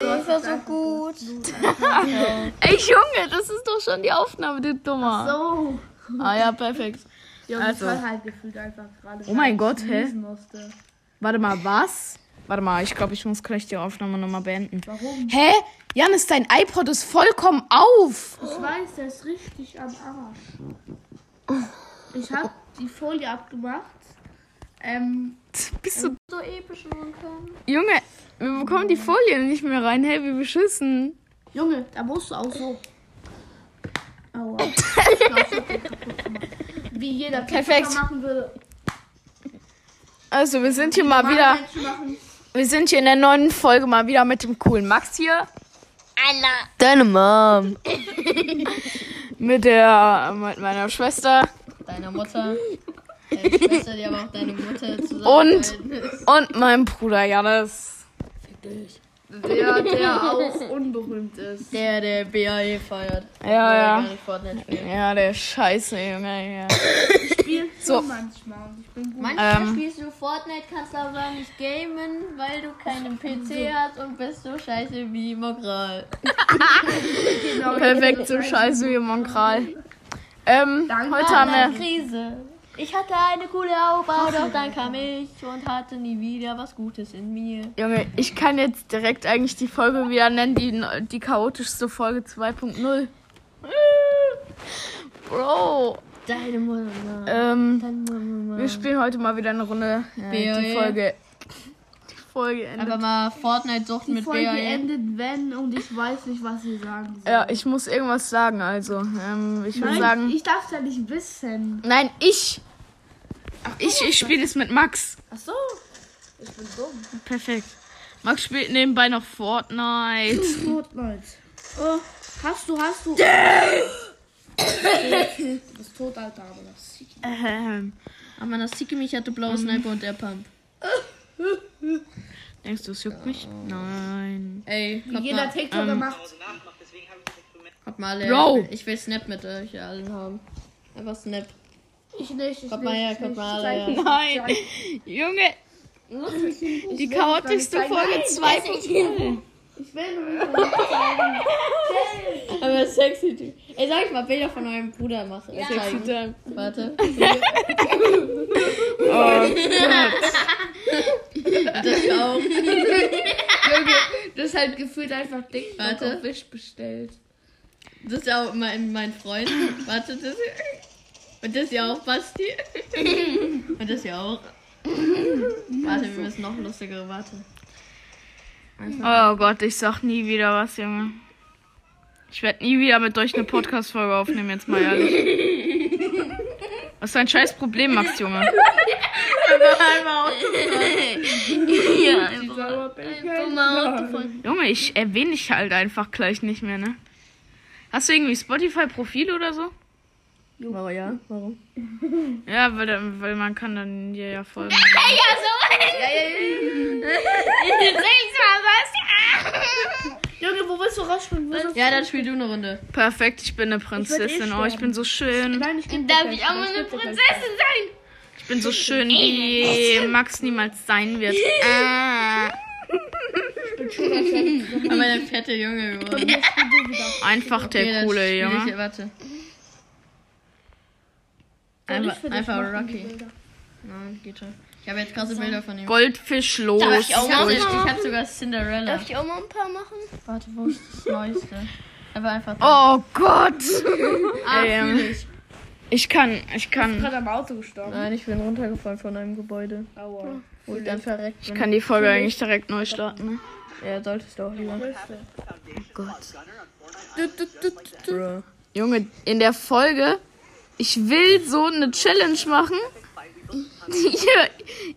war so gut. Ey, Junge, das ist doch schon die Aufnahme, du Dummer. So. Ah ja, perfekt. Junge, Also. also. ich halt gefühlt einfach gerade. Oh mein Gott, hä? hä? Musste. Warte mal, was? Warte mal, ich glaube, ich muss gleich die Aufnahme nochmal beenden. Warum? Hä? Janis, dein iPod ist vollkommen auf. Ich weiß, der ist richtig am Arsch. Oh. Ich hab die Folie abgemacht. Ähm, Bist du. So episch machen können. Junge, wir bekommen die Folien nicht mehr rein. Hey, wir beschissen. Junge, da musst du auch so. Aua. Ich glaub, ich hab den kaputt gemacht. Wie jeder Perfekt. Pizza machen würde. Also, wir sind hier mal wieder. Menschen machen. Wir sind hier in der neuen Folge mal wieder mit dem coolen Max hier. Alter. Deine Mom. mit der. mit meiner Schwester. Deine Mutter. Deine Schwester, die aber auch deine Mutter zusammen. Und. und meinem Bruder Janis. Der, der auch unberühmt ist. Der, der BAE feiert. Ja, Ähm. Der gar ja. nicht Fortnite spielt. Ja, der Scheiße, Junge. Ja. Spielt So. so manchmal und ich bin gut. Manchmal Ähm. spielst du Fortnite, kannst aber nicht gamen, weil du keinen PC hast und bist so scheiße wie Mogral. Genau, Perfekt, ich so bin scheiße wie Monkral. Ähm, Danke. heute haben wir. Krise. Ich hatte eine coole Aufbau, doch dann kam ich und hatte nie wieder was Gutes in mir. Junge, ich kann jetzt direkt eigentlich die Folge wieder nennen, die, die chaotischste Folge 2.0. Bro, Deine Mutter. ähm, Deine Mutter. wir spielen heute mal wieder eine Runde. Äh, die BOE. Folge. Die Folge endet. Aber mal Fortnite sucht Die mit E. Folge BAE. endet wenn und ich weiß nicht, was ihr sagen sollt. Ja, ich muss irgendwas sagen, also. Ähm, ich würde Nein, sagen. ich darf ja nicht wissen. Nein, ich! Ich, ich spiele es mit Max. Ach so. Ich bin dumm. Perfekt. Max spielt nebenbei noch Fortnite. Fortnite. Oh, hast du, hast du. du bist tot, Alter, aber das sieht Ähm, Aber das Siki mich hatte blaue Sniper und der Pump. denkst du, es juckt mich? Nein. Ey, kommt jeder mal, ähm, TikToker macht. kommt mal alle. Bro. Ich will Snap mit euch allen haben. Einfach Snap. Ich nicht, ich Kommt nicht. mal her, ich kommt nicht. mal Ich her. zeig nicht, ich Nein. zeig nicht. Junge, Ich die will nicht, chaotischste ich zeig- Folge Nein, 2.0. Ich will nicht, ich zeigen. Aber sexy Typ. Ey, sag ich mal Bilder von eurem Bruder machen. Ja. Sexy Time. Warte. Oh, Das auch. Junge, das ist halt gefühlt einfach dick. Warte. Warte. Wisch bestellt. Das ist ja auch mein, mein Freund. Warte, das Und das ist ja auch Basti. Und das ja auch. Warte, wir müssen noch lustigere. Warte. Oh Gott, ich sag nie wieder was, Junge. Ich werde nie wieder mit euch eine Podcast-Folge aufnehmen, jetzt mal ehrlich. Was ist dein scheiß Problem, Max, Junge? Ja, Junge, ich erwähne dich halt einfach gleich nicht mehr, ne? Hast du irgendwie Spotify-Profil oder so? Warum ja? Warum? Ja, weil, dann- weil man kann dann dir ja folgen. Junge, wo willst du rausspringen? Wo sollst du- Ja, dann spiel du eine Runde. Perfekt, ich bin eine Ich werd eh Prinzessin. Oh, ich sterben. bin so schön. Nein, ich bin Darf ich auch mal eine Prinzessin sein? Ich bin so schön, wie Max niemals sein wird. Ah. Aber der fette Junge geworden. Einfach Okay, der dann coole spiel Junge. Ich, warte. Soll ich Einfach, für dich einfach machen, die Rocky. Bilder? Nein, geht schon. Ich habe jetzt krasse Bilder von ihm. Goldfisch los. Ich, ich, hatte, ich Gold- hatte sogar Cinderella. ich auch mal ein paar machen? Warte, wo ist das Neueste? Aber einfach. Oh Gott. ähm. Ah, fühl ich. Ich kann, ich Ich bin kann, gerade am Auto gestorben. Nein, ich bin runtergefallen von einem Gebäude, Aua. wo ich dann verreckt ich bin. kann die Folge eigentlich direkt neu starten. Ne? Ja, solltest du auch lieber. Bruh. Junge, in der Folge, ich will so eine Challenge machen. ihr,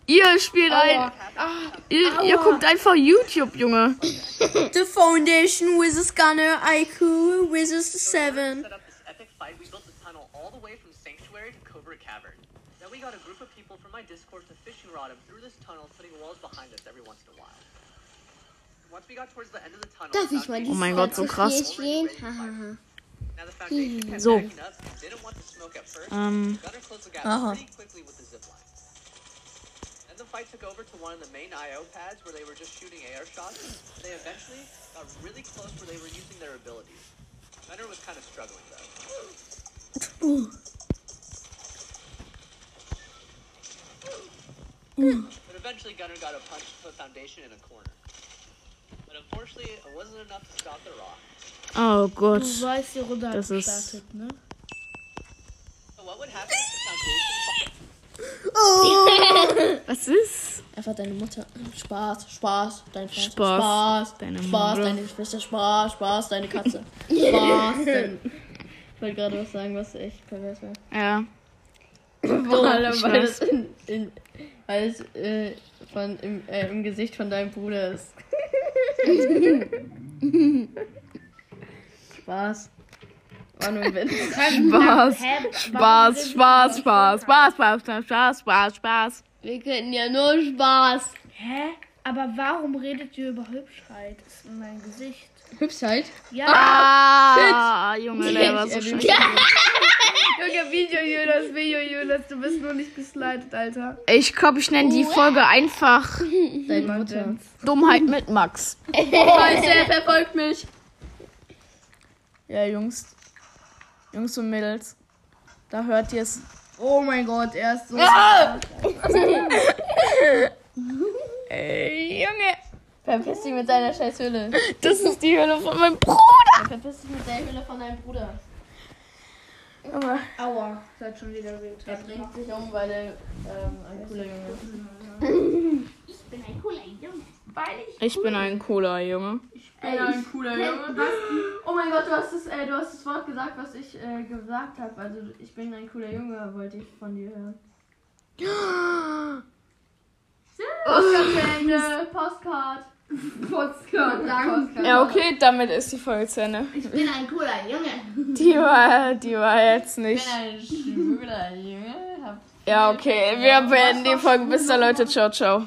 ihr spielt ein, Ah, ihr, ihr guckt einfach YouTube, Junge. The Foundation with a scanner, IQ with a 7. set up this epic fight, we built a tunnel all the way from Sanctuary to Cobra Cavern. Then we got a group of people from my Discord to fishing rod him through this tunnel, putting walls behind us every once in a while. Once we got towards the end of the tunnel, Darf ich found mal people dieses Oh mein Gott, so ganze krass. Spiel spielen? Hahaha. now the foundation kept So. backing up, didn't want the smoke at first, Ähm, got to close the gap Aha. pretty quickly with the zip line. Then the fight took over to one of the main IO pads where they were just shooting AR shots. They eventually got really close where they were using their abilities. Fenrir was kind of struggling though. But eventually Gunner got a punch to the foundation in a corner. But unfortunately, it wasn't enough to stop the rock. Oh Gott. Du weißt, die Runde hat Das ist- gestartet, ne? So what would happen if the foundation Was ist? Einfach deine Mutter. Spaß, Spaß, dein Vater. Spaß, Spaß, deine Spaß, Mutter. deine Geschwister. Spaß, Spaß, deine Katze. Spaß, dein... Ich wollte gerade was sagen, was echt pervers war. Ja. Oh, Vor allem, ich weil weiß. es, in, in, weil es äh, von, im, äh, im Gesicht von deinem Bruder ist. Spaß. War nur ein Witz. Spaß. Hä? Spaß, Spaß, Spaß, Spaß, Spaß, Spaß, Spaß, Spaß, Spaß. Wir könnten ja nur Spaß. Hä? Aber warum redet ihr über Hübschheit? Das ist in mein Gesicht. Hübschheit. Ja, Ah, Junge, der war so scheiße. Junge, Video Jonas, Video Jonas, du bist nur nicht geslidet, Alter. Ich glaube, ich nenne die Folge einfach Deine Mutter. Dummheit mit Max. Oh. Scheiße, er verfolgt mich. Ja, Jungs. Jungs und Mädels. Da hört ihr es. Oh mein Gott, er ist so. Ah! Ey, Junge. Verpiss dich mit deiner scheiß Hülle. Das ist die Hölle von meinem Bruder. Verpiss dich mit der Hülle von deinem Bruder. Aua, seid schon wieder wild. Er bringt sich um, weil er ähm, ein cooler Junge ist. Ich bin ein cooler Junge, weil ich. Ich bin ein cooler Junge. ein cooler Junge. Was? Oh mein Gott, du hast, das, äh, du hast das Wort gesagt, was ich äh, gesagt habe. Also, ich bin ein cooler Junge, wollte ich von dir hören. Oh. Postcard-Ende, Postcard. Postcard, Äh, danke. Ja, okay, damit ist die Folge zu Ende. Ich bin ein cooler Junge. Die war, die war jetzt nicht. ein schwuler Junge. Hab Ja, okay, wir beenden die Folge. Bis dann, Leute. Ciao, ciao.